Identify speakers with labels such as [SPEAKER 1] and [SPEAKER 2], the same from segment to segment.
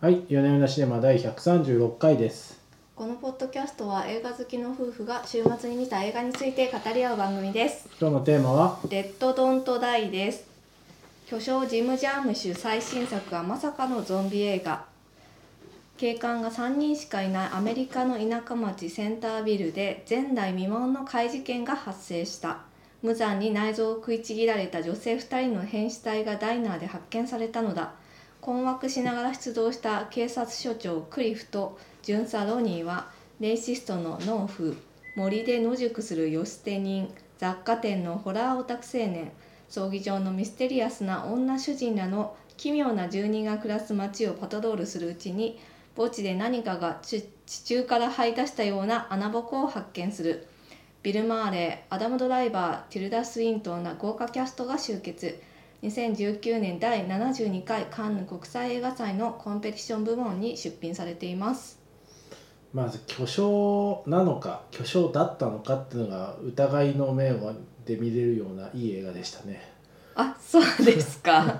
[SPEAKER 1] はい、米米田シネマ第136回です。
[SPEAKER 2] このポッドキャストは映画好きの夫婦が週末に見た映画について語り合う番組です。
[SPEAKER 1] 今日のテーマは、
[SPEAKER 2] レッドドントダイです。巨匠ジム・ジャームシュ最新作はまさかのゾンビ映画。警官が3人しかいないアメリカの田舎町センタービルで前代未聞の怪事件が発生した。無残に内臓を食いちぎられた女性2人の変死体がダイナーで発見されたのだ。困惑しながら出動した警察署長クリフと巡査ロニーはレイシストの農夫森で野宿する世捨て人雑貨店のホラーオタク青年葬儀場のミステリアスな女主人らの奇妙な住人が暮らす街をパトロールするうちに墓地で何かが地地中から這い出したような穴ぼこを発見するビル・マーレーアダム・ドライバーティルダ・スウィントンな豪華キャストが集結2019年第72回カンヌ国際映画祭のコンペティション部門に出品されています。
[SPEAKER 1] まず巨匠なのか、巨匠だったのかっていうのが疑いの目で見れるようないい映画でしたね。
[SPEAKER 2] あ、そうです か。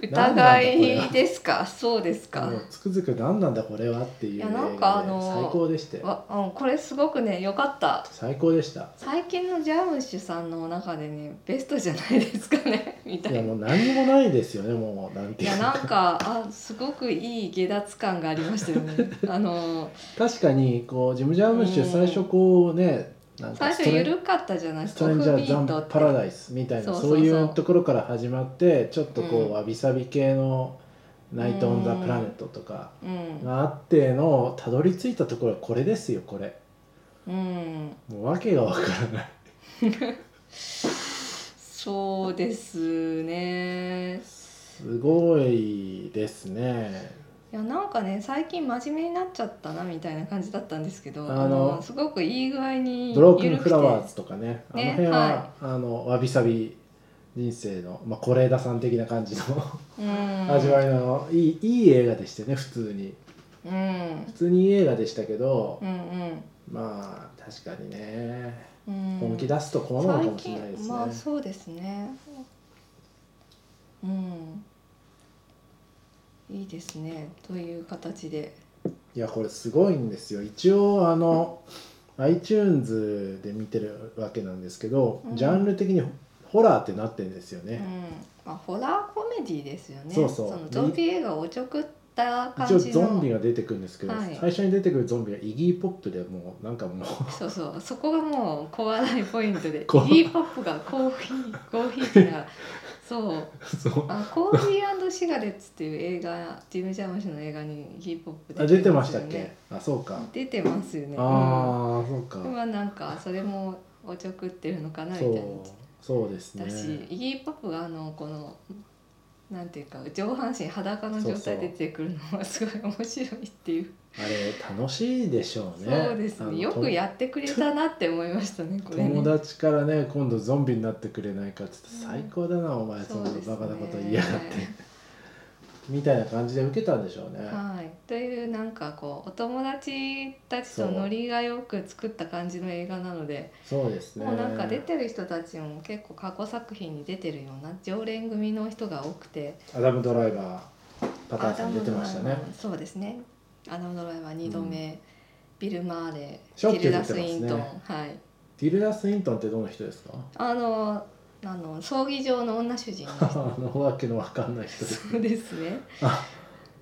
[SPEAKER 2] 疑いですか。そうですか
[SPEAKER 1] も。うつくづく何なんだこれはっていう
[SPEAKER 2] い
[SPEAKER 1] 映
[SPEAKER 2] や
[SPEAKER 1] 画
[SPEAKER 2] な
[SPEAKER 1] で
[SPEAKER 2] んかあのー
[SPEAKER 1] 最高でしたよ。
[SPEAKER 2] わ、うん、これすごくね、良かった。
[SPEAKER 1] 最高でした。
[SPEAKER 2] 最近のジャームシュさんの中でね、ベストじゃないですかね。 みた
[SPEAKER 1] い
[SPEAKER 2] い
[SPEAKER 1] や
[SPEAKER 2] な。
[SPEAKER 1] もう何にもないですよね、もうなんて
[SPEAKER 2] い
[SPEAKER 1] い
[SPEAKER 2] や
[SPEAKER 1] う
[SPEAKER 2] な
[SPEAKER 1] か。
[SPEAKER 2] んかあすごくいい下脱感がありましたよ ね。あの
[SPEAKER 1] 確かにこうジム・ジャームッシュ最初こうね、なん
[SPEAKER 2] 最
[SPEAKER 1] かスト
[SPEAKER 2] 初
[SPEAKER 1] レ
[SPEAKER 2] 緩かったじゃないです
[SPEAKER 1] ス
[SPEAKER 2] か。
[SPEAKER 1] トレンジャ
[SPEAKER 2] オフ
[SPEAKER 1] ー・
[SPEAKER 2] ビ
[SPEAKER 1] ザ
[SPEAKER 2] ートっ
[SPEAKER 1] ン・
[SPEAKER 2] て
[SPEAKER 1] パラダイスみたいな
[SPEAKER 2] そう
[SPEAKER 1] そう
[SPEAKER 2] そうそう
[SPEAKER 1] いうところから始まってちょっとこう、
[SPEAKER 2] うん
[SPEAKER 1] わびさび系の「ナイト・オン・ザ・プラネット」とか
[SPEAKER 2] うん
[SPEAKER 1] があってのたどり着いたところはこれですよこれ
[SPEAKER 2] うん
[SPEAKER 1] もう訳がわからない
[SPEAKER 2] そうですね。
[SPEAKER 1] すごいですね
[SPEAKER 2] いやなんかね最近真面目になっちゃったなみたいな感じだったんですけど
[SPEAKER 1] あの
[SPEAKER 2] あのすごくいい具合
[SPEAKER 1] 「
[SPEAKER 2] に
[SPEAKER 1] ドロークン・
[SPEAKER 2] 緩くて
[SPEAKER 1] フラワーズ」とかねあの
[SPEAKER 2] ね
[SPEAKER 1] 辺は、
[SPEAKER 2] は
[SPEAKER 1] あのわびさび人生の、まあ、是枝さん的な感じの
[SPEAKER 2] うん
[SPEAKER 1] 味わいのいいいい映画でしたよね普通に
[SPEAKER 2] うんうん
[SPEAKER 1] 普通にいい映画でしたけど、
[SPEAKER 2] うん
[SPEAKER 1] まあ確かにね
[SPEAKER 2] うん
[SPEAKER 1] 本気出すとこうなのか
[SPEAKER 2] 最
[SPEAKER 1] もしれないです
[SPEAKER 2] 近
[SPEAKER 1] ね、
[SPEAKER 2] まあそうですねうんいいですねという形で
[SPEAKER 1] いやこれすごいんですよ一応あの iTunes で見てるわけなんですけど、
[SPEAKER 2] うん
[SPEAKER 1] ジャンル的にホラーってなってるんですよ
[SPEAKER 2] うん
[SPEAKER 1] ね、
[SPEAKER 2] まあホラーコメディですよね
[SPEAKER 1] そうそう
[SPEAKER 2] のゾンビ映画をおちょくった感
[SPEAKER 1] 一
[SPEAKER 2] じ
[SPEAKER 1] 応
[SPEAKER 2] の
[SPEAKER 1] ゾンビが出てくるんですけど、
[SPEAKER 2] はい
[SPEAKER 1] 最初に出てくるゾンビがイギー・ポップでもうなんかも う
[SPEAKER 2] そうそうそこがもう小笑いポイントでイ
[SPEAKER 1] こう
[SPEAKER 2] ギーポップがコーヒーコーヒーっていうのはそう
[SPEAKER 1] そう
[SPEAKER 2] あコーヒーシガレッツっていう映画ジム・ジャームシュの映画にイギーポップ
[SPEAKER 1] あ出てましたっけあそうか、
[SPEAKER 2] 出てますよね
[SPEAKER 1] ああそうか、
[SPEAKER 2] うん、今なんかそれもおちょくってるのかなみた
[SPEAKER 1] そ
[SPEAKER 2] いうな
[SPEAKER 1] そうですね
[SPEAKER 2] だし、イギーポップがあのこのなんていうか上半身裸の状態で出てくるのはすごい面白いっていう
[SPEAKER 1] あれ楽しいでしょうね
[SPEAKER 2] そうです
[SPEAKER 1] あの
[SPEAKER 2] ねよくやってくれたなって思いましたねこれね
[SPEAKER 1] 友達からね今度ゾンビになってくれないかって言って
[SPEAKER 2] うん
[SPEAKER 1] 最高だな、お前そ
[SPEAKER 2] そ
[SPEAKER 1] ん
[SPEAKER 2] う
[SPEAKER 1] な
[SPEAKER 2] ですね
[SPEAKER 1] バカなこと言いやがって、みたいな感じで受けたんでしょうね、
[SPEAKER 2] はい、というなんかこうお友達たちとノリがよく作った感じの映画なので、
[SPEAKER 1] そうですね
[SPEAKER 2] もうなんか出てる人たちも結構過去作品に出てるような常連組の人が多くて
[SPEAKER 1] アダムドライバーパターンさん出てました
[SPEAKER 2] ア
[SPEAKER 1] ね
[SPEAKER 2] ダムドライバーそうですねアダム・ドライバー2度目、ビル・マーレー
[SPEAKER 1] しょっ
[SPEAKER 2] テ
[SPEAKER 1] ちゅ
[SPEAKER 2] ィ
[SPEAKER 1] う出て
[SPEAKER 2] ルダ・
[SPEAKER 1] ます
[SPEAKER 2] ス
[SPEAKER 1] ね
[SPEAKER 2] ウィントン、はい
[SPEAKER 1] ティルダ・スウィントンってどの人ですか
[SPEAKER 2] あのあの葬儀場の女主人
[SPEAKER 1] あ
[SPEAKER 2] の人
[SPEAKER 1] のわけのわかんない人で
[SPEAKER 2] そうですね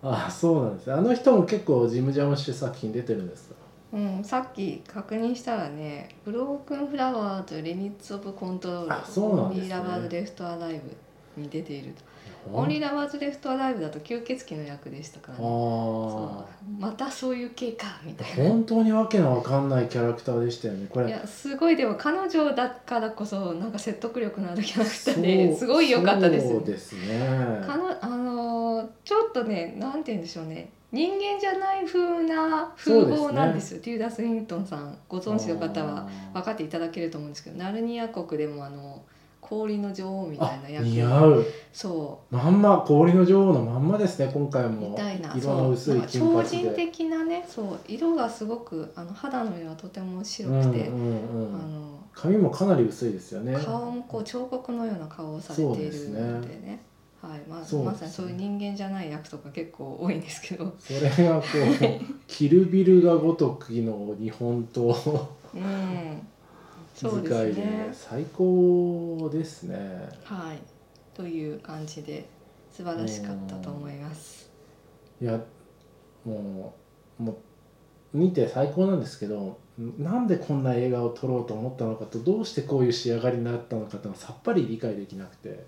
[SPEAKER 1] あそうなんですねあの人も結構ジム・ジャムッシュ作品出てるんですか
[SPEAKER 2] うん、さっき確認したらね「ブロークンフラワー」と「レミッツ・オブ・コントロール」
[SPEAKER 1] あそうなんですね
[SPEAKER 2] オンリー・ラバーズ・レフト・アライブ」に出ているとオ
[SPEAKER 1] あ
[SPEAKER 2] ンリー・ラバーズ・レフト・アライブだと吸血鬼の役でしたからねそ
[SPEAKER 1] あ
[SPEAKER 2] うまたそういう系かみたい
[SPEAKER 1] 本当にわけのわかんないキャラクターでしたよねこ
[SPEAKER 2] ない
[SPEAKER 1] れ
[SPEAKER 2] やすごいでも彼女だからこそなんか説得力のあるキャラクタ
[SPEAKER 1] そ
[SPEAKER 2] ー
[SPEAKER 1] う
[SPEAKER 2] ですごい良かったですよ
[SPEAKER 1] そう
[SPEAKER 2] ね
[SPEAKER 1] ですね
[SPEAKER 2] 彼女あのーちょっとねなんて言うんでしょうね人間じゃない風な風貌なんですよティルダ・スウィントンさんご存知の方は分かっていただけると思うんですけどナルニア国でもあの氷の女王みたいな
[SPEAKER 1] あ似
[SPEAKER 2] 役
[SPEAKER 1] 合う
[SPEAKER 2] そ
[SPEAKER 1] まんま氷の女王のまんまですね今回
[SPEAKER 2] うみ
[SPEAKER 1] も
[SPEAKER 2] たいな
[SPEAKER 1] 色の薄
[SPEAKER 2] そう
[SPEAKER 1] い
[SPEAKER 2] なんか
[SPEAKER 1] 金
[SPEAKER 2] 超
[SPEAKER 1] 髪
[SPEAKER 2] 人
[SPEAKER 1] で
[SPEAKER 2] 的なねそう色がすごくあの肌の色がとても白
[SPEAKER 1] うんう
[SPEAKER 2] くて、
[SPEAKER 1] ん
[SPEAKER 2] あ
[SPEAKER 1] うん
[SPEAKER 2] の
[SPEAKER 1] 髪もかなり薄いですよね
[SPEAKER 2] 顔もこう彫刻のような顔をされているのでね
[SPEAKER 1] そうですね
[SPEAKER 2] はいまあ、
[SPEAKER 1] そうですね
[SPEAKER 2] まさにそういう人間じゃない役とか結構多いんです けど、
[SPEAKER 1] それがこう「キルビルが如く」の日本刀
[SPEAKER 2] うん、
[SPEAKER 1] 使
[SPEAKER 2] そう
[SPEAKER 1] いで
[SPEAKER 2] ですね。
[SPEAKER 1] 最高ですね
[SPEAKER 2] はい、という感じで素晴らしかったと思います。
[SPEAKER 1] いやもうもう見て最高なんですけどなんでこんな映画を撮ろうと思ったのかとどうしてこういう仕上がりになったのかってのはさっぱり理解できなくて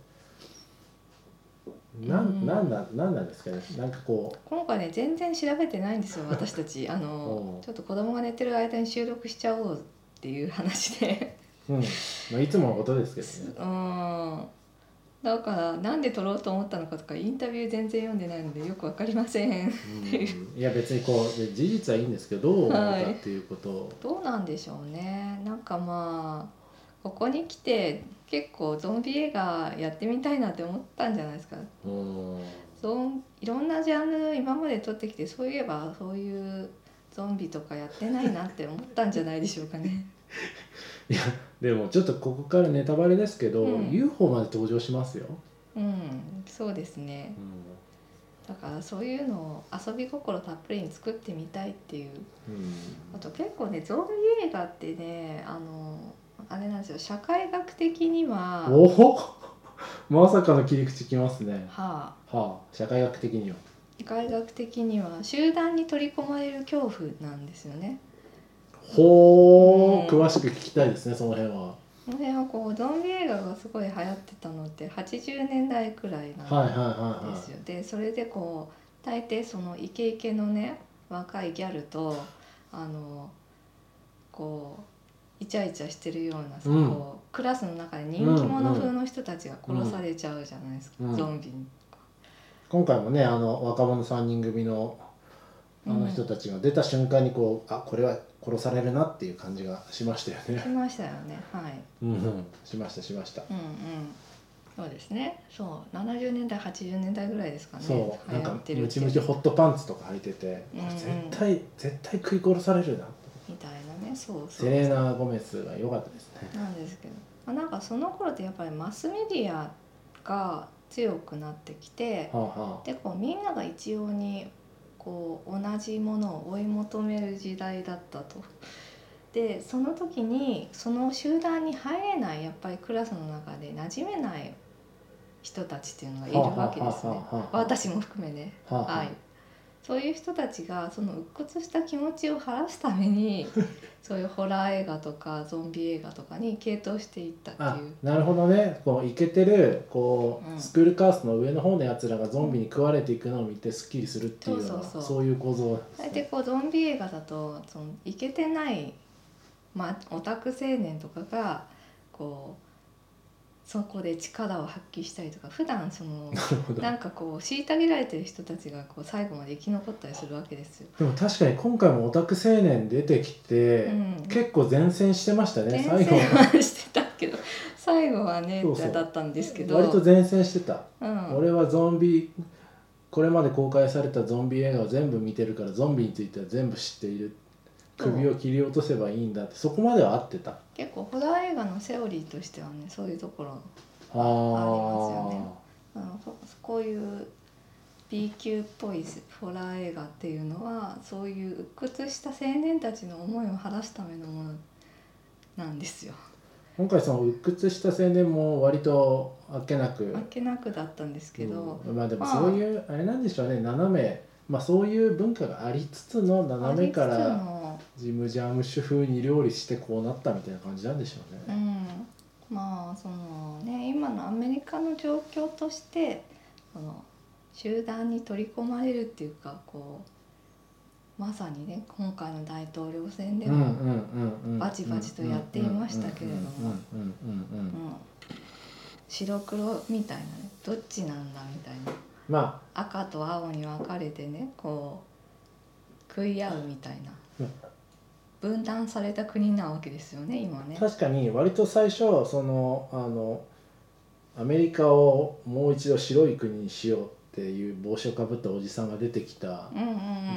[SPEAKER 1] な
[SPEAKER 2] うんん
[SPEAKER 1] なんなんなんなんですかねなんかこう
[SPEAKER 2] 今回ね全然調べてないんです よ私たちあの
[SPEAKER 1] おう
[SPEAKER 2] ちょっと子供が寝てる間に収録しちゃおうっていう話で
[SPEAKER 1] うん、まあ、いつものことですけどね。
[SPEAKER 2] うんだからなんで撮ろうと思ったのかとかインタビュー全然読んでないのでよくわかりません
[SPEAKER 1] うんいや別にこうで事実はいいんですけどどう思う
[SPEAKER 2] はい
[SPEAKER 1] かっていうことを、
[SPEAKER 2] どうなんでしょうねなんかまあここに来て結構ゾンビ映画やってみたいなって思ったんじゃないですか
[SPEAKER 1] うん
[SPEAKER 2] ゾンいろんなジャンル今まで撮ってきてそういえばそういうゾンビとかやってないなって思ったんじゃないでしょうかね。
[SPEAKER 1] いやでもちょっとここからネタバレですけど、
[SPEAKER 2] うん
[SPEAKER 1] UFO まで登場しますよ、
[SPEAKER 2] うん、そうですねだからそういうのを遊び心たっぷりに作ってみたいっていう
[SPEAKER 1] うん
[SPEAKER 2] あと結構ねゾンビ映画ってねあのあれなんですよ社会学的には、は
[SPEAKER 1] おおまさかの切り口きますね
[SPEAKER 2] あ、
[SPEAKER 1] はあ社会学的には
[SPEAKER 2] 社会学的には集団に取り込まれる恐怖なんですよね。
[SPEAKER 1] ほう
[SPEAKER 2] うん
[SPEAKER 1] 詳しく聞きたいですねその辺は
[SPEAKER 2] この辺はこうゾンビ映画がすごい流行ってたのって80年代くらいなんで
[SPEAKER 1] はいはいはい
[SPEAKER 2] で
[SPEAKER 1] は
[SPEAKER 2] すよでそれでこう大抵そのイケイケのね若いギャルとあのこうイチャイチャしてるようなさ、
[SPEAKER 1] うん
[SPEAKER 2] こうクラスの中で人気者風の人たちが殺されちゃうじゃないですか、
[SPEAKER 1] うん
[SPEAKER 2] ゾンビに。
[SPEAKER 1] い今回もねあの若者3人組のあの人たちが出た瞬間にこう、あこれは殺されるなっていう感じがしましたよ
[SPEAKER 2] し
[SPEAKER 1] ね
[SPEAKER 2] ましたよねはい。
[SPEAKER 1] うん、うん、しましたしました、
[SPEAKER 2] うんうんそうですねそう70年代80年代ぐらいですかね
[SPEAKER 1] そう
[SPEAKER 2] 流
[SPEAKER 1] なん
[SPEAKER 2] 行
[SPEAKER 1] か
[SPEAKER 2] ってる
[SPEAKER 1] ム
[SPEAKER 2] って
[SPEAKER 1] チ
[SPEAKER 2] いう
[SPEAKER 1] ムチホットパンツとか履いてて、これ絶対絶対食い殺されるな
[SPEAKER 2] みたいなねそうそう
[SPEAKER 1] セレーナ・ゴメスが良かったですね
[SPEAKER 2] なんですけど、まあ、なんかその頃ってやっぱりマスメディアが強くなってきて
[SPEAKER 1] はあは
[SPEAKER 2] でこうみんなが一様にこう同じものを追い求める時代だったと。でその時にその集団に入れないやっぱりクラスの中で馴染めない人たちっていうのがいるわけですね
[SPEAKER 1] は。あはあはあはあ
[SPEAKER 2] 私も含めね。
[SPEAKER 1] あはあ
[SPEAKER 2] はい、そういう人たちがその鬱屈した気持ちを晴らすた めにそういうホラー映画とかゾンビ映画とかに傾倒していったっ
[SPEAKER 1] あ
[SPEAKER 2] ていう。
[SPEAKER 1] なるほどねこうイケてるこう、
[SPEAKER 2] うん
[SPEAKER 1] スクールカーストの上の方のやつらがゾンビに食われていくのを見てスッキリするっていうようなそう
[SPEAKER 2] そ
[SPEAKER 1] う
[SPEAKER 2] そうそう
[SPEAKER 1] いう構造ですね
[SPEAKER 2] 大体こうゾンビ映画だとそのイケてない、まあ、オタク青年とかがこうそこで力を発揮したりとか普段 その
[SPEAKER 1] なるほど
[SPEAKER 2] なんかこう虐げられてる人たちがこう最後まで生き残ったりするわけですよ。
[SPEAKER 1] でも確かに今回もオタク青年出てきて、
[SPEAKER 2] うん
[SPEAKER 1] 結構前線してましたね
[SPEAKER 2] 前
[SPEAKER 1] 最後
[SPEAKER 2] 線はしてたけど最後はね
[SPEAKER 1] そうそう
[SPEAKER 2] だったんですけど。
[SPEAKER 1] 割と前線してた、
[SPEAKER 2] うん、
[SPEAKER 1] 俺はゾンビこれまで公開されたゾンビ映画を全部見てるからゾンビについては全部知っている
[SPEAKER 2] そう
[SPEAKER 1] 首を切り落とせばいいんだってそこまでは合ってたあ
[SPEAKER 2] 結構ホラー映画のセオリーとしてはねそういうところ
[SPEAKER 1] あー
[SPEAKER 2] ありあのここういう B 級っぽいホラー映画っていうのはそういう鬱屈した青年たちの思いを晴らすためのものなんですよ。
[SPEAKER 1] 今回その鬱屈した青年も割とあっけなく
[SPEAKER 2] あっけなくだったんですけど、
[SPEAKER 1] うんまあでもそういうあれなんでしょうね斜めまあそういう文化がありつつの斜めか
[SPEAKER 2] ありつつ
[SPEAKER 1] ら
[SPEAKER 2] の
[SPEAKER 1] ジムジャーム主風に料理してこうなったみたいな感じなんでしょうね。
[SPEAKER 2] うん、まあそのね今のアメリカの状況としてその集団に取り込まれるっていうかこうまさにね今回の大統領選で
[SPEAKER 1] うんうん
[SPEAKER 2] も、
[SPEAKER 1] うんうん
[SPEAKER 2] バチバチとやっていましたけれども
[SPEAKER 1] うんうんうんうんうんうん
[SPEAKER 2] うん白黒みたいなねどっちなんだみたいな
[SPEAKER 1] ま
[SPEAKER 2] 赤と青に分かれてねこう食い合うみたいな
[SPEAKER 1] うん
[SPEAKER 2] 分断された国なわけですよね今ね
[SPEAKER 1] あ。確かに割と最初そのあのアメリカをもう一度白い国にしようっていう帽子をかぶったおじさんが出てきた
[SPEAKER 2] うんうん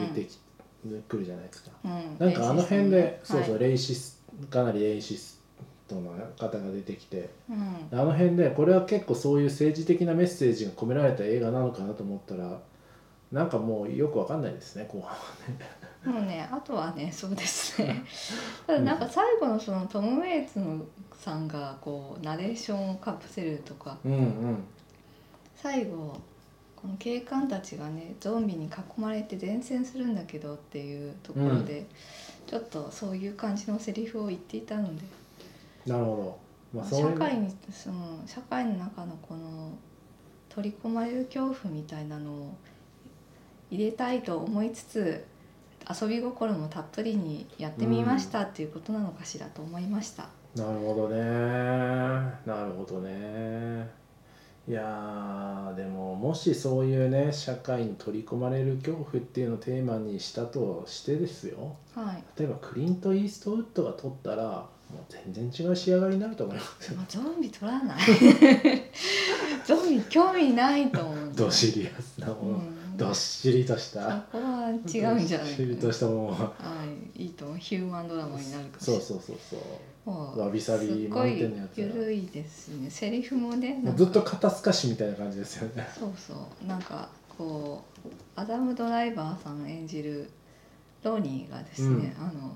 [SPEAKER 2] うん
[SPEAKER 1] 出てきくるじゃないですか。
[SPEAKER 2] うん
[SPEAKER 1] なんかあの辺で、
[SPEAKER 2] レイシスト
[SPEAKER 1] そう
[SPEAKER 2] ね
[SPEAKER 1] そう、レイシスかなりレイシストな方が出てきて
[SPEAKER 2] うん
[SPEAKER 1] あの辺でこれは結構そういう政治的なメッセージが込められた映画なのかなと思ったらなんかもうよくわかんないですね後半はね。
[SPEAKER 2] もうねあとはねそうですねただなんか最後のそのトム・ウェイツのさんがこうナレーションをかぶせるとか
[SPEAKER 1] うんうん
[SPEAKER 2] 最後この警官たちがねゾンビに囲まれて前線するんだけどっていうところで、ちょっとそういう感じのセリフを言っていたので、
[SPEAKER 1] なるほど、まあ、そう
[SPEAKER 2] 社
[SPEAKER 1] いう
[SPEAKER 2] 会にその社会の中のこの取り込まれる恐怖みたいなのを入れたいと思いつつ遊び心もたっぷりにやってみましたっていうことなのかしらと思いました。
[SPEAKER 1] なるほどねなるほどねいやーでももしそういうね社会に取り込まれる恐怖っていうのをテーマにしたとしてですよ
[SPEAKER 2] はい
[SPEAKER 1] 例えばクリント・イーストウッドが撮ったらもう全然違う仕上がりになると思いますよ
[SPEAKER 2] まあゾンビ取らないゾンビ興味ないと思う
[SPEAKER 1] どっしりやすなもの、
[SPEAKER 2] うん
[SPEAKER 1] どっしりとし
[SPEAKER 2] そ
[SPEAKER 1] た
[SPEAKER 2] こは違うんじ
[SPEAKER 1] ど
[SPEAKER 2] ゃない
[SPEAKER 1] っしりとしたものは
[SPEAKER 2] はい、いいと思うヒューマンドラマになるかもしれ
[SPEAKER 1] そう
[SPEAKER 2] ない
[SPEAKER 1] そうそうそう
[SPEAKER 2] もう
[SPEAKER 1] わびさ
[SPEAKER 2] す
[SPEAKER 1] び
[SPEAKER 2] っご
[SPEAKER 1] 満
[SPEAKER 2] い
[SPEAKER 1] 点のやつが
[SPEAKER 2] 緩いですねセリフもね
[SPEAKER 1] も
[SPEAKER 2] な
[SPEAKER 1] う
[SPEAKER 2] んか
[SPEAKER 1] ずっと肩透かしみたいな感じですよね
[SPEAKER 2] そうそうなんかこうアダム・ドライバーさん演じるロニーがですね、あの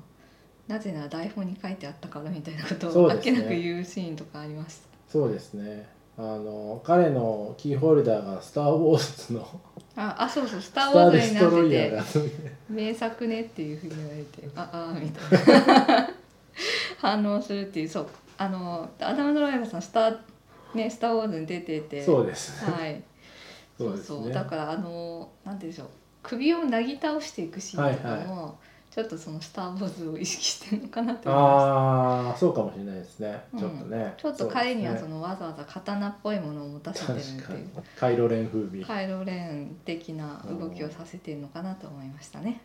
[SPEAKER 2] なぜなら台本に書いてあったからみたいなことを
[SPEAKER 1] そ
[SPEAKER 2] あ
[SPEAKER 1] う
[SPEAKER 2] っ
[SPEAKER 1] です
[SPEAKER 2] け
[SPEAKER 1] ね
[SPEAKER 2] なく言うシーンとかありまし
[SPEAKER 1] そうですねあの彼のキーホルダーが「スター・ウォーズ」の
[SPEAKER 2] たああそうそう「スタ
[SPEAKER 1] 「
[SPEAKER 2] ー・
[SPEAKER 1] ス
[SPEAKER 2] ウォ
[SPEAKER 1] タ
[SPEAKER 2] ー
[SPEAKER 1] ー・デ
[SPEAKER 2] ズ」
[SPEAKER 1] ス
[SPEAKER 2] に
[SPEAKER 1] ト
[SPEAKER 2] な
[SPEAKER 1] ロ
[SPEAKER 2] っ
[SPEAKER 1] イヤー
[SPEAKER 2] てて
[SPEAKER 1] が」
[SPEAKER 2] 「名作ね」っていうふうに言われて「ああ」みたいな反応するっていうそうあのアダム・ドライバーさん「スター・ね、スター・ウォーズ」に出てて
[SPEAKER 1] そうですね
[SPEAKER 2] はい
[SPEAKER 1] そ
[SPEAKER 2] そうう
[SPEAKER 1] です
[SPEAKER 2] そう
[SPEAKER 1] ね
[SPEAKER 2] だからあのなんて言うんでしょう首をなぎ倒していくシーンとかも、ちょっとその「スター・ウォーズ」を意識してるのかなって思いま
[SPEAKER 1] ああそうかもしれないですね、
[SPEAKER 2] うん
[SPEAKER 1] ちょっとね
[SPEAKER 2] すちょっと彼にはそ
[SPEAKER 1] の
[SPEAKER 2] のわざわざ刀っぽいものを持たせてるって
[SPEAKER 1] 確か
[SPEAKER 2] い
[SPEAKER 1] に
[SPEAKER 2] う
[SPEAKER 1] カイロレン風味、
[SPEAKER 2] カイロレン的な動きをさせてるのかなと思いましたね。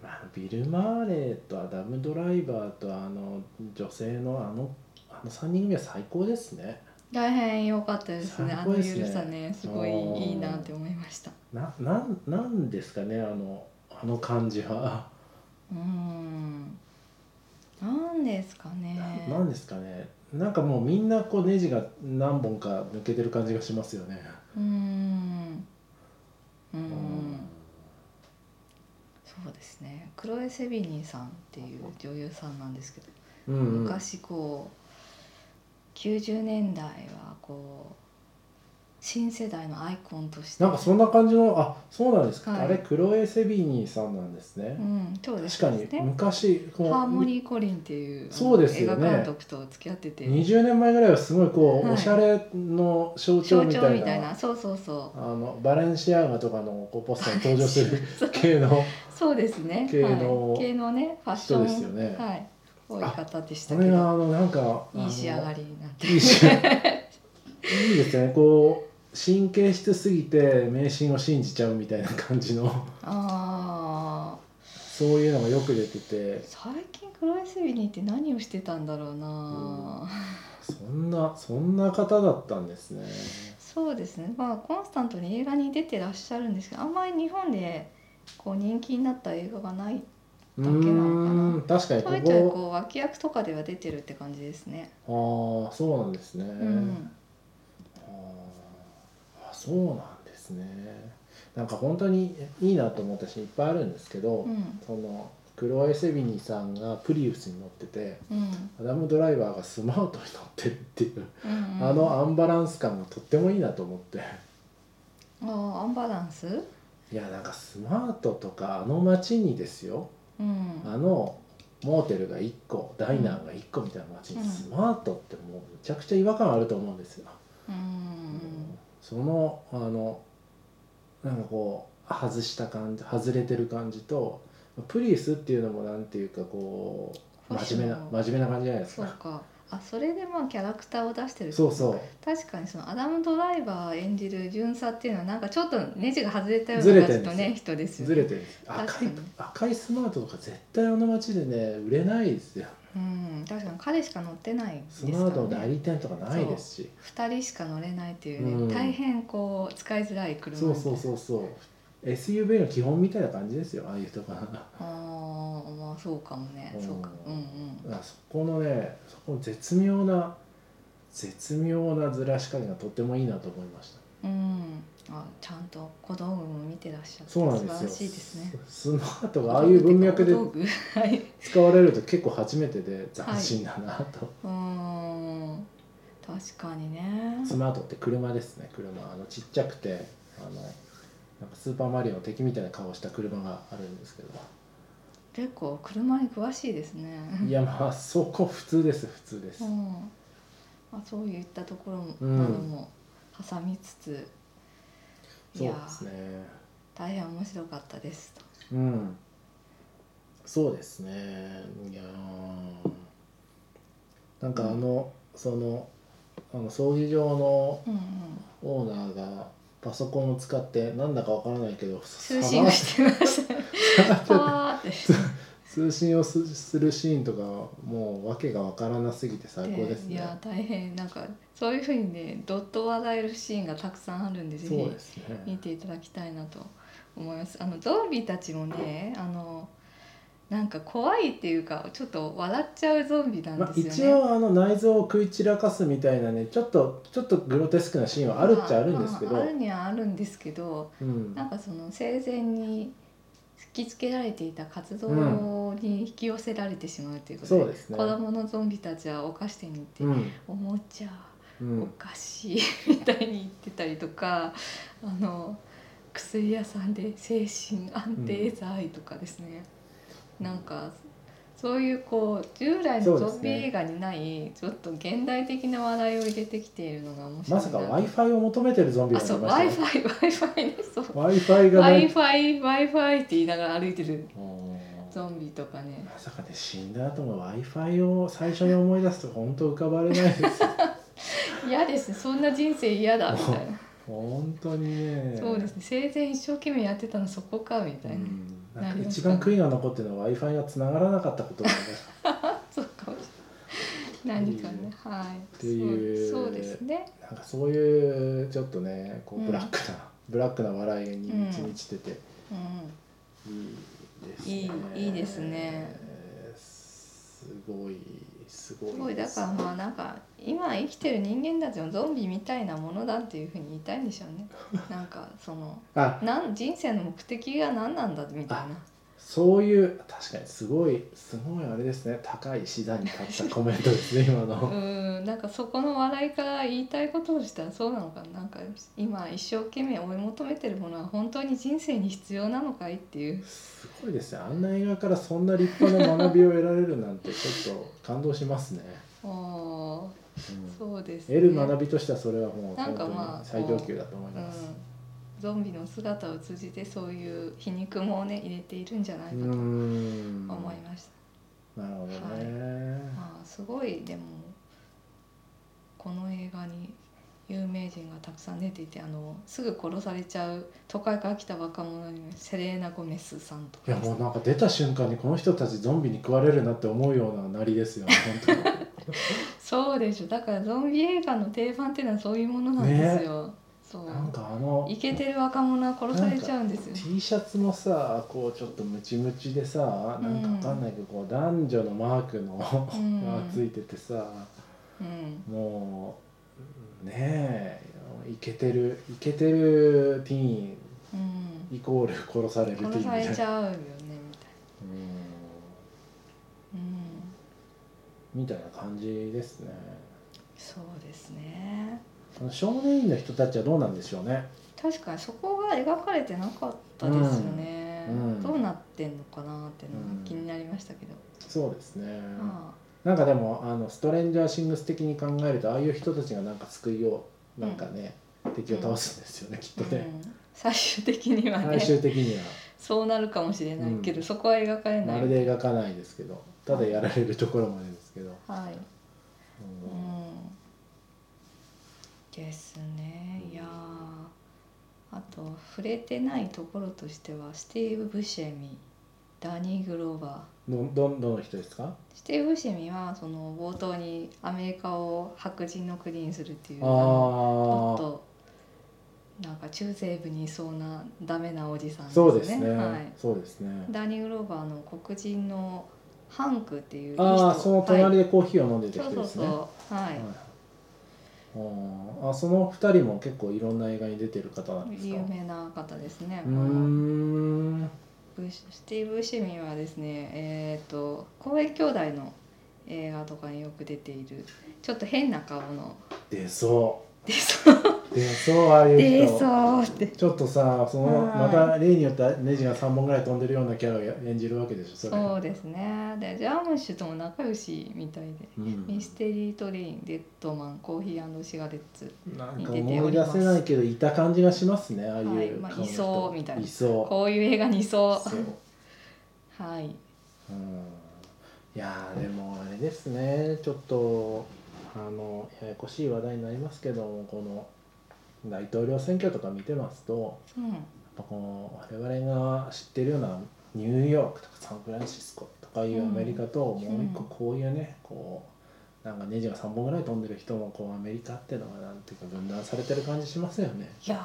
[SPEAKER 1] まあ、ビル・マーレーとアダム・ドライバーとあの女性のあのあの3人組は最高ですね
[SPEAKER 2] 大変良かったですね。
[SPEAKER 1] 最
[SPEAKER 2] あ
[SPEAKER 1] 高
[SPEAKER 2] の
[SPEAKER 1] ですね
[SPEAKER 2] ゆるさね、すごいいいなって思いました。
[SPEAKER 1] ななんなんですかねあのあの感じは、
[SPEAKER 2] うーん。なんですかね。
[SPEAKER 1] ななんですかねなんかもうみんなこうネジが何本か抜けてる感じがしますよね
[SPEAKER 2] うーん。う
[SPEAKER 1] う
[SPEAKER 2] ー。
[SPEAKER 1] ん
[SPEAKER 2] そうですねクロエ・セビニーさんっていう女優さんなんですけど、
[SPEAKER 1] うんうん
[SPEAKER 2] 昔こう90年代はこう新世代のアイコンとして
[SPEAKER 1] なんかそんな感じのあそうなんですか、
[SPEAKER 2] はい
[SPEAKER 1] あれクロエ・セビーニーさんなんですね
[SPEAKER 2] う、んそうで
[SPEAKER 1] 確
[SPEAKER 2] す
[SPEAKER 1] かに
[SPEAKER 2] ね
[SPEAKER 1] 昔こう
[SPEAKER 2] ハーモニー・コリンっていう
[SPEAKER 1] そうですよ
[SPEAKER 2] あの
[SPEAKER 1] ね
[SPEAKER 2] 映画監督と付き合ってて
[SPEAKER 1] 20年前ぐらいはすごいこう、
[SPEAKER 2] はい
[SPEAKER 1] おしゃれの象徴
[SPEAKER 2] 象
[SPEAKER 1] み
[SPEAKER 2] 徴
[SPEAKER 1] たい
[SPEAKER 2] み
[SPEAKER 1] な
[SPEAKER 2] たいなそうそうそ
[SPEAKER 1] あのバレンシアガとかのこうポスターに登場する
[SPEAKER 2] う
[SPEAKER 1] 系の
[SPEAKER 2] そうですね
[SPEAKER 1] 系の
[SPEAKER 2] はい、系のねファッシ
[SPEAKER 1] 人
[SPEAKER 2] ョ
[SPEAKER 1] ですよ
[SPEAKER 2] ン、
[SPEAKER 1] ね。
[SPEAKER 2] はい多い方でし
[SPEAKER 1] こ
[SPEAKER 2] た
[SPEAKER 1] れ
[SPEAKER 2] け
[SPEAKER 1] が
[SPEAKER 2] ど
[SPEAKER 1] あのなんか
[SPEAKER 2] いい仕上が
[SPEAKER 1] り
[SPEAKER 2] りになって
[SPEAKER 1] いい仕上がりいいですねこう神経質すぎて迷信を信じちゃうみたいな感じの
[SPEAKER 2] ああ
[SPEAKER 1] そういうのがよく出てて
[SPEAKER 2] 最近クロエスビニーって何をしてたんだろうな、
[SPEAKER 1] そんなそんな方だったんですね。
[SPEAKER 2] そうですねまあコンスタントに映画に出てらっしゃるんですけどあんまり日本でこう人気になった映画がないうなのかな
[SPEAKER 1] ーん確かに
[SPEAKER 2] ちょいちょい
[SPEAKER 1] こ
[SPEAKER 2] こう脇役とかでは出てるって感じですね、
[SPEAKER 1] こああそうなんですね。
[SPEAKER 2] うん
[SPEAKER 1] あーあそうなんですねなんか本当にいいなと思ったしいっぱいあるんですけど、
[SPEAKER 2] うん
[SPEAKER 1] そのクロエ・セビニさんがプリウスに乗ってて
[SPEAKER 2] うん
[SPEAKER 1] アダム・ドライバーがスマートに乗ってるっていう、
[SPEAKER 2] うんうん
[SPEAKER 1] あのアンバランス感がとってもいいなと思って
[SPEAKER 2] あーアンバランス
[SPEAKER 1] いやなんかスマートとかあの街にですよ
[SPEAKER 2] うん
[SPEAKER 1] あのモーテルが1個ダイナーが1個みたいな街に
[SPEAKER 2] うん
[SPEAKER 1] スマートってもうむちゃくちゃ違和感あると思うんですよ。
[SPEAKER 2] うん
[SPEAKER 1] そのあのなんかこう外した感じ外れてる感じとプリウスっていうのもなんていうかこう真面目な
[SPEAKER 2] ファッ
[SPEAKER 1] 真面目な感じじゃないです
[SPEAKER 2] そう
[SPEAKER 1] か
[SPEAKER 2] かあそれでまあキャラクターを出してるって
[SPEAKER 1] そ
[SPEAKER 2] こ
[SPEAKER 1] う
[SPEAKER 2] と
[SPEAKER 1] そう
[SPEAKER 2] 確かにそのアダム・ドライバー演じる巡査っていうのはなんかちょっとネジが外れたよう
[SPEAKER 1] ずれ
[SPEAKER 2] な
[SPEAKER 1] てる
[SPEAKER 2] 感
[SPEAKER 1] んです
[SPEAKER 2] じの
[SPEAKER 1] よ
[SPEAKER 2] ね人ですよね
[SPEAKER 1] ずれてるんです赤い
[SPEAKER 2] 確かに
[SPEAKER 1] 赤いスマートとか絶対あの街でね売れないですよ
[SPEAKER 2] うん確かに彼しか乗ってないで
[SPEAKER 1] ス
[SPEAKER 2] すか
[SPEAKER 1] マートの
[SPEAKER 2] ら
[SPEAKER 1] 代
[SPEAKER 2] ね
[SPEAKER 1] 理店とかないですし
[SPEAKER 2] 2人しか乗れないっていうね、
[SPEAKER 1] うん
[SPEAKER 2] 大変こう使いづらい車
[SPEAKER 1] そうそうそうそう SUV の基本みたいな感じですよああいうとこあ
[SPEAKER 2] あーまあそうかもね
[SPEAKER 1] うん
[SPEAKER 2] そうかうんうん
[SPEAKER 1] そこのねそこの絶妙な絶妙なずらし加減がとってもいいなと思いました
[SPEAKER 2] うんあちゃんと小道具も見てらっしゃって
[SPEAKER 1] そうなんですよ
[SPEAKER 2] 素晴らしいですね
[SPEAKER 1] スマートがああいう文脈で
[SPEAKER 2] 小道具はい
[SPEAKER 1] 使われると結構初めてで斬新だなと、
[SPEAKER 2] うーん確かにね
[SPEAKER 1] スマートって車ですね車あのちっちゃくてあのなんかスーパーマリオの敵みたいな顔した車があるんですけど
[SPEAKER 2] 結構車に詳しいですね
[SPEAKER 1] いやまあそこ普通です普通です、
[SPEAKER 2] うんまあ、そういったところも
[SPEAKER 1] うん
[SPEAKER 2] なども挟みつつ、い
[SPEAKER 1] そう
[SPEAKER 2] や
[SPEAKER 1] ですね
[SPEAKER 2] 大変面白かったですと
[SPEAKER 1] うんそうですねいやーなんかあの、そのあの葬儀場の
[SPEAKER 2] うんうん
[SPEAKER 1] オーナーがパソコンを使ってなんだかわからないけど
[SPEAKER 2] 通信をしてまし たねパーって
[SPEAKER 1] 通信をすするシーンとかもう訳がわからなすぎて最高です
[SPEAKER 2] い
[SPEAKER 1] ね。
[SPEAKER 2] や大変なんかそういうふうにねどっと笑えるシーンがたくさんあるんでぜ
[SPEAKER 1] そう
[SPEAKER 2] ひ
[SPEAKER 1] ですね。
[SPEAKER 2] 見ていただきたいなと思いますあのゾンビたちもねあのなんか怖いっていうかちょっと笑っちゃうゾンビなん
[SPEAKER 1] まあ、
[SPEAKER 2] です
[SPEAKER 1] 一
[SPEAKER 2] よね、
[SPEAKER 1] 応あの内臓を食い散らかすみたいなねちょっとちょっとグロテスクなシーンはあるっちゃあるんですけど、
[SPEAKER 2] まあまああるにはあるんですけど
[SPEAKER 1] うん
[SPEAKER 2] なんかその生前に突きつけられていた活動に引き寄せられてしまうということで,、
[SPEAKER 1] そうですね
[SPEAKER 2] 子供のゾンビたちはお菓子店に
[SPEAKER 1] う
[SPEAKER 2] 行って、
[SPEAKER 1] ん
[SPEAKER 2] おもちゃ
[SPEAKER 1] う
[SPEAKER 2] お
[SPEAKER 1] ん、
[SPEAKER 2] 菓子みたいに言ってたりとかあの薬屋さんで精神安定剤とかですね、なんかそういうこう従来
[SPEAKER 1] そ
[SPEAKER 2] の
[SPEAKER 1] うで
[SPEAKER 2] ゾ
[SPEAKER 1] す
[SPEAKER 2] ンビ
[SPEAKER 1] ね
[SPEAKER 2] 映画にない、ちょっと現代的な話題を入れてきているのが面白い
[SPEAKER 1] ま
[SPEAKER 2] な
[SPEAKER 1] さか w i f i を求めてるゾンビ
[SPEAKER 2] あ
[SPEAKER 1] がいまし
[SPEAKER 2] そう w
[SPEAKER 1] た
[SPEAKER 2] i
[SPEAKER 1] ね
[SPEAKER 2] f i w i f i ねそう w
[SPEAKER 1] w i f i が
[SPEAKER 2] i
[SPEAKER 1] ね
[SPEAKER 2] f i w i f i って言いながら歩いてる
[SPEAKER 1] うん
[SPEAKER 2] ゾンビとかね
[SPEAKER 1] まさかね死んだ後も w i f i を最初に思い出すと本当浮かばれないです よ
[SPEAKER 2] 嫌ですねそんな人生嫌だ みたいな、
[SPEAKER 1] 本当にね
[SPEAKER 2] そうですね生前一生懸命やってたのそこかみたいな、
[SPEAKER 1] うん、
[SPEAKER 2] な
[SPEAKER 1] なん
[SPEAKER 2] り
[SPEAKER 1] か
[SPEAKER 2] ます
[SPEAKER 1] 一
[SPEAKER 2] か
[SPEAKER 1] 番悔いが残ってるのは w i f i が繋がらなかったことなんだ
[SPEAKER 2] そうかもしれない。何かね、はい。
[SPEAKER 1] っていう
[SPEAKER 2] そうそうですね。
[SPEAKER 1] なんかそういうちょっとねこ
[SPEAKER 2] う
[SPEAKER 1] うんブラックな、ブラックな笑いに満ち満ちてて、
[SPEAKER 2] う
[SPEAKER 1] いいですね
[SPEAKER 2] いいいいですね
[SPEAKER 1] すごいすごい
[SPEAKER 2] ん。すごいだからまあなんか今生きてる人間たちもゾンビみたいなものだっていうふうに言いたいんでしょうね。 なんかその
[SPEAKER 1] あ
[SPEAKER 2] なん人生の目的が何なんだみたいな。
[SPEAKER 1] そういう確かにすごいすごいあれですね高い資座に立ったコメントですね今
[SPEAKER 2] う
[SPEAKER 1] の
[SPEAKER 2] んなんかそこの笑いから言いたいことをしたらそうなのかななんか今一生懸命追い求めてるものは本当に人生に必要なのかいっていう
[SPEAKER 1] すごいですねあんな映画からそんな立派な学びを得られるなんてちょっと感動しますね、
[SPEAKER 2] おー
[SPEAKER 1] うん
[SPEAKER 2] そうです
[SPEAKER 1] 得る学びとしてはそれはもう
[SPEAKER 2] な
[SPEAKER 1] 本
[SPEAKER 2] んか
[SPEAKER 1] 当に
[SPEAKER 2] まあ
[SPEAKER 1] 最上級だと思います、
[SPEAKER 2] うん、ゾンビの姿を通じてそういう皮肉もね入れているんじゃないうかと
[SPEAKER 1] ん
[SPEAKER 2] 思いました、
[SPEAKER 1] なるほどね、
[SPEAKER 2] まあすごいでもこの映画に有名人がたくさん出ていてあのすぐ殺されちゃう都会から来た若者にもセレーナ・ゴメスさんと
[SPEAKER 1] い、
[SPEAKER 2] か
[SPEAKER 1] やもうなんか出た瞬間にこの人たちゾンビに食われるなって思うようななりですよね本
[SPEAKER 2] そうでしょだからゾンビ映画の定番っていうのはそういうものなんですよ、そ
[SPEAKER 1] 当になん
[SPEAKER 2] う
[SPEAKER 1] かあの
[SPEAKER 2] イケてる若者は殺されちゃうんですよ
[SPEAKER 1] T シャツもさこうちょっとムチムチでさなんかわかんないけど、こう男女のマークの
[SPEAKER 2] う ん
[SPEAKER 1] がついててさ
[SPEAKER 2] うん
[SPEAKER 1] もうねえイケてるイケてるティーン
[SPEAKER 2] うん
[SPEAKER 1] イコール殺されるティーンみ
[SPEAKER 2] 殺さ
[SPEAKER 1] たい
[SPEAKER 2] れ
[SPEAKER 1] な
[SPEAKER 2] ちゃうよねみたい
[SPEAKER 1] うん
[SPEAKER 2] なうん
[SPEAKER 1] みたいな感じですね
[SPEAKER 2] そうですね
[SPEAKER 1] あの少年院の人たちはどうなんでしょうね
[SPEAKER 2] 確かにそこが描かれてなかったですよ
[SPEAKER 1] う
[SPEAKER 2] ね、
[SPEAKER 1] んうん
[SPEAKER 2] どうなってんのかなっていうの
[SPEAKER 1] う
[SPEAKER 2] が
[SPEAKER 1] ん
[SPEAKER 2] 気になりましたけど、
[SPEAKER 1] そうですね、
[SPEAKER 2] ま
[SPEAKER 1] なんかでもあのストレンジャーシングス的に考えるとああいう人たちがなんか救いをなんかね、敵を倒すんですよね、きっ
[SPEAKER 2] あ、う
[SPEAKER 1] とね、
[SPEAKER 2] ん、最終的には ね
[SPEAKER 1] 最終的には
[SPEAKER 2] そうなるかもしれないけど、
[SPEAKER 1] うん
[SPEAKER 2] そこは描かれな
[SPEAKER 1] ま
[SPEAKER 2] い、
[SPEAKER 1] るで描かないですけどただやられるところまでですけど、
[SPEAKER 2] はい、
[SPEAKER 1] う
[SPEAKER 2] うんん、ですねいやーあと触れてないところとしてはスティーブ・ブシェミダニー・グローバー
[SPEAKER 1] どどどの人ですか
[SPEAKER 2] スティーブ・シェミはその冒頭にアメリカを白人の国にするっていう
[SPEAKER 1] あ
[SPEAKER 2] あのポ
[SPEAKER 1] ー
[SPEAKER 2] ッとなんか中西部にいそうなダメなおじさん
[SPEAKER 1] そうですね、
[SPEAKER 2] はい、
[SPEAKER 1] そうですね
[SPEAKER 2] ダーニング・ローバーの黒人のハンクっていういい人
[SPEAKER 1] ああその
[SPEAKER 2] はい
[SPEAKER 1] 隣でコーヒーを飲んでて
[SPEAKER 2] そう
[SPEAKER 1] 人
[SPEAKER 2] そ
[SPEAKER 1] で
[SPEAKER 2] う
[SPEAKER 1] す
[SPEAKER 2] そう
[SPEAKER 1] ね、
[SPEAKER 2] は
[SPEAKER 1] はい
[SPEAKER 2] い、
[SPEAKER 1] あーあその二人も結構いろんな映画に出てる方なんですか
[SPEAKER 2] 有名な方ですね
[SPEAKER 1] うーん
[SPEAKER 2] ブシスティーブ・シミはですねえっ、と公園兄弟の映画とかによく出ているちょっと変な顔の
[SPEAKER 1] 出そ
[SPEAKER 2] でそう
[SPEAKER 1] う出そうああいう
[SPEAKER 2] で
[SPEAKER 1] 人
[SPEAKER 2] そうって
[SPEAKER 1] ちょっとさその
[SPEAKER 2] はい
[SPEAKER 1] また例によってネジが3本ぐらい飛んでるようなキャラを演じるわけでしょそれ
[SPEAKER 2] そうですねでジャームッシュとも仲良しみたいで
[SPEAKER 1] うん
[SPEAKER 2] ミステリートレインデッドマンコーヒーシガレッツ
[SPEAKER 1] なんか思い出せないけどいた感じがしますねああいう
[SPEAKER 2] はいまあ
[SPEAKER 1] 顔の人
[SPEAKER 2] いそうみたいない
[SPEAKER 1] そう
[SPEAKER 2] こういう映画にそ
[SPEAKER 1] そう
[SPEAKER 2] うはい
[SPEAKER 1] うんいやーでもあれですねちょっとあのややこしい話題になりますけどもこの大統領選挙とか見てますと
[SPEAKER 2] うん
[SPEAKER 1] やっぱこの我々が知ってるようなニューヨークとかサンフランシスコとかいうアメリカと、
[SPEAKER 2] ん
[SPEAKER 1] もう一個こういうねこうなんかネジが3本ぐらい飛んでる人もこうアメリカっていうのがなんていうか分断されてる感じしますよね。
[SPEAKER 2] いやー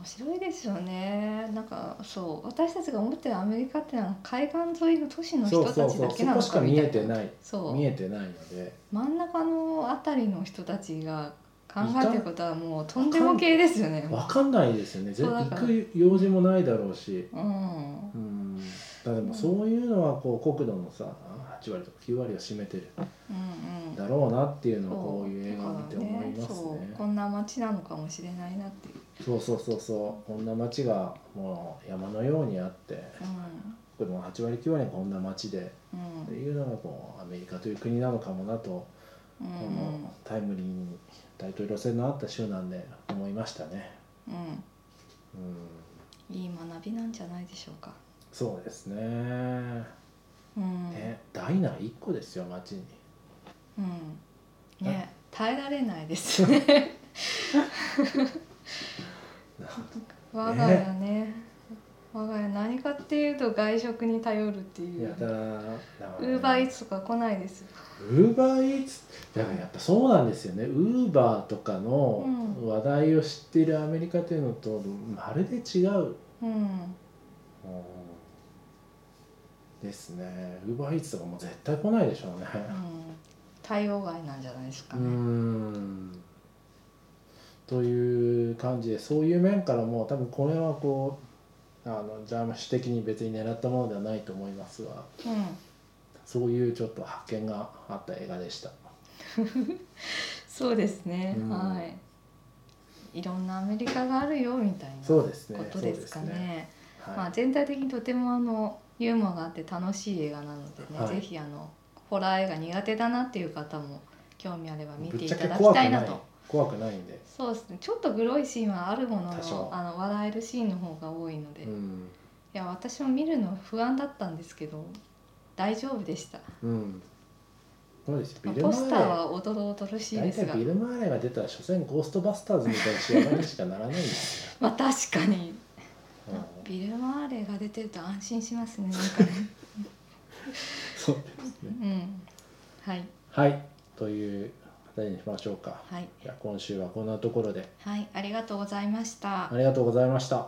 [SPEAKER 2] 面白いですよねなんかそう私たちが思ってるアメリカってのは海岸沿いの都市の人たちだけなの
[SPEAKER 1] そこしか
[SPEAKER 2] かみ
[SPEAKER 1] 見
[SPEAKER 2] た
[SPEAKER 1] え
[SPEAKER 2] い
[SPEAKER 1] て
[SPEAKER 2] な
[SPEAKER 1] ない
[SPEAKER 2] そう
[SPEAKER 1] 見えてないので
[SPEAKER 2] 真ん中のあたりの人たちが考えてることはもうとんでも系ですよね。
[SPEAKER 1] 分かんないですよねぜ
[SPEAKER 2] そうだ
[SPEAKER 1] 行
[SPEAKER 2] から
[SPEAKER 1] く用事もないだろうし。
[SPEAKER 2] うん
[SPEAKER 1] うんだからでもそういうのはこう国土のさ8割とか9割を占めてる
[SPEAKER 2] うんうん
[SPEAKER 1] だろうなっていうの
[SPEAKER 2] そ
[SPEAKER 1] をこういう映画を見て思いま
[SPEAKER 2] だから
[SPEAKER 1] す
[SPEAKER 2] そう
[SPEAKER 1] ね
[SPEAKER 2] こ。んな街なのかもしれないなっていう、
[SPEAKER 1] そうそうそうそうこんな町がもう山のようにあって
[SPEAKER 2] う
[SPEAKER 1] でも8割9割はこんな町でっ
[SPEAKER 2] ん
[SPEAKER 1] て
[SPEAKER 2] うん
[SPEAKER 1] いうのがこうアメリカという国なのかもなと、こ
[SPEAKER 2] うん
[SPEAKER 1] のタイムリーに大統領選のあった週なんで思いましたね。
[SPEAKER 2] うん、
[SPEAKER 1] うん、
[SPEAKER 2] いい学びなんじゃないでしょうか。
[SPEAKER 1] そうですね。
[SPEAKER 2] うん
[SPEAKER 1] ねダイナー1個ですよ町に。
[SPEAKER 2] うん、ね耐えられないですね。我が家ね我が家何かっていうと外食に頼るってい
[SPEAKER 1] や
[SPEAKER 2] う
[SPEAKER 1] だー
[SPEAKER 2] ウーバーイーツとか来ないですよ
[SPEAKER 1] ウーバーイーツだからやっぱそうなんですよねウーバーとかの
[SPEAKER 2] う
[SPEAKER 1] 話題を知っているアメリカというのとまるで違う、
[SPEAKER 2] うん
[SPEAKER 1] ですねウーバーイーツとかもう絶対来ないでしょうね
[SPEAKER 2] うん対応外なんじゃないですか
[SPEAKER 1] う
[SPEAKER 2] ね。
[SPEAKER 1] んという感じでそういう面からも多分これはこうあのジャーマシュ的に別に狙ったものではないと思いますが
[SPEAKER 2] うん、
[SPEAKER 1] そういうちょっと発見があった映画でした。
[SPEAKER 2] そうですね、
[SPEAKER 1] うん
[SPEAKER 2] はい。いろんなアメリカがあるよみたいなこ
[SPEAKER 1] そうですね。
[SPEAKER 2] とですか
[SPEAKER 1] そ
[SPEAKER 2] ね。
[SPEAKER 1] うですはい
[SPEAKER 2] まあ全体的にとてもあのユーモアがあって楽しい映画なのでね、
[SPEAKER 1] はい
[SPEAKER 2] ぜひあのホラー映画苦手だなっていう方も興味あれば見ていただ
[SPEAKER 1] ぶっちゃ
[SPEAKER 2] きた
[SPEAKER 1] け
[SPEAKER 2] い
[SPEAKER 1] 怖
[SPEAKER 2] な
[SPEAKER 1] く
[SPEAKER 2] と。
[SPEAKER 1] 怖くないんで、
[SPEAKER 2] そうですね。ちょっとグロいシーンはあるもの
[SPEAKER 1] 多
[SPEAKER 2] の
[SPEAKER 1] 少
[SPEAKER 2] あの笑えるシーンの方が多いので、
[SPEAKER 1] う
[SPEAKER 2] い
[SPEAKER 1] ん
[SPEAKER 2] や私も見るの不安だったんですけど大丈夫でした。
[SPEAKER 1] うん、そうですよ
[SPEAKER 2] まあ
[SPEAKER 1] ビル・マ
[SPEAKER 2] ポス
[SPEAKER 1] ー
[SPEAKER 2] タ
[SPEAKER 1] レ
[SPEAKER 2] ー
[SPEAKER 1] ー
[SPEAKER 2] はおどろおどろしいで
[SPEAKER 1] 大
[SPEAKER 2] す
[SPEAKER 1] 体
[SPEAKER 2] が
[SPEAKER 1] ビル・マーレーが出たら所詮ゴーストバスターズみたいな仕上がりにしかならない んですよ、
[SPEAKER 2] まあ確かに
[SPEAKER 1] うん、
[SPEAKER 2] ビル・マーレが出てると安心しますねなんかね
[SPEAKER 1] そうですね
[SPEAKER 2] うんはい
[SPEAKER 1] はいという形にしましょうか
[SPEAKER 2] はい
[SPEAKER 1] じゃあ今週はこんなところで
[SPEAKER 2] はいありがとうございました
[SPEAKER 1] ありがとうございました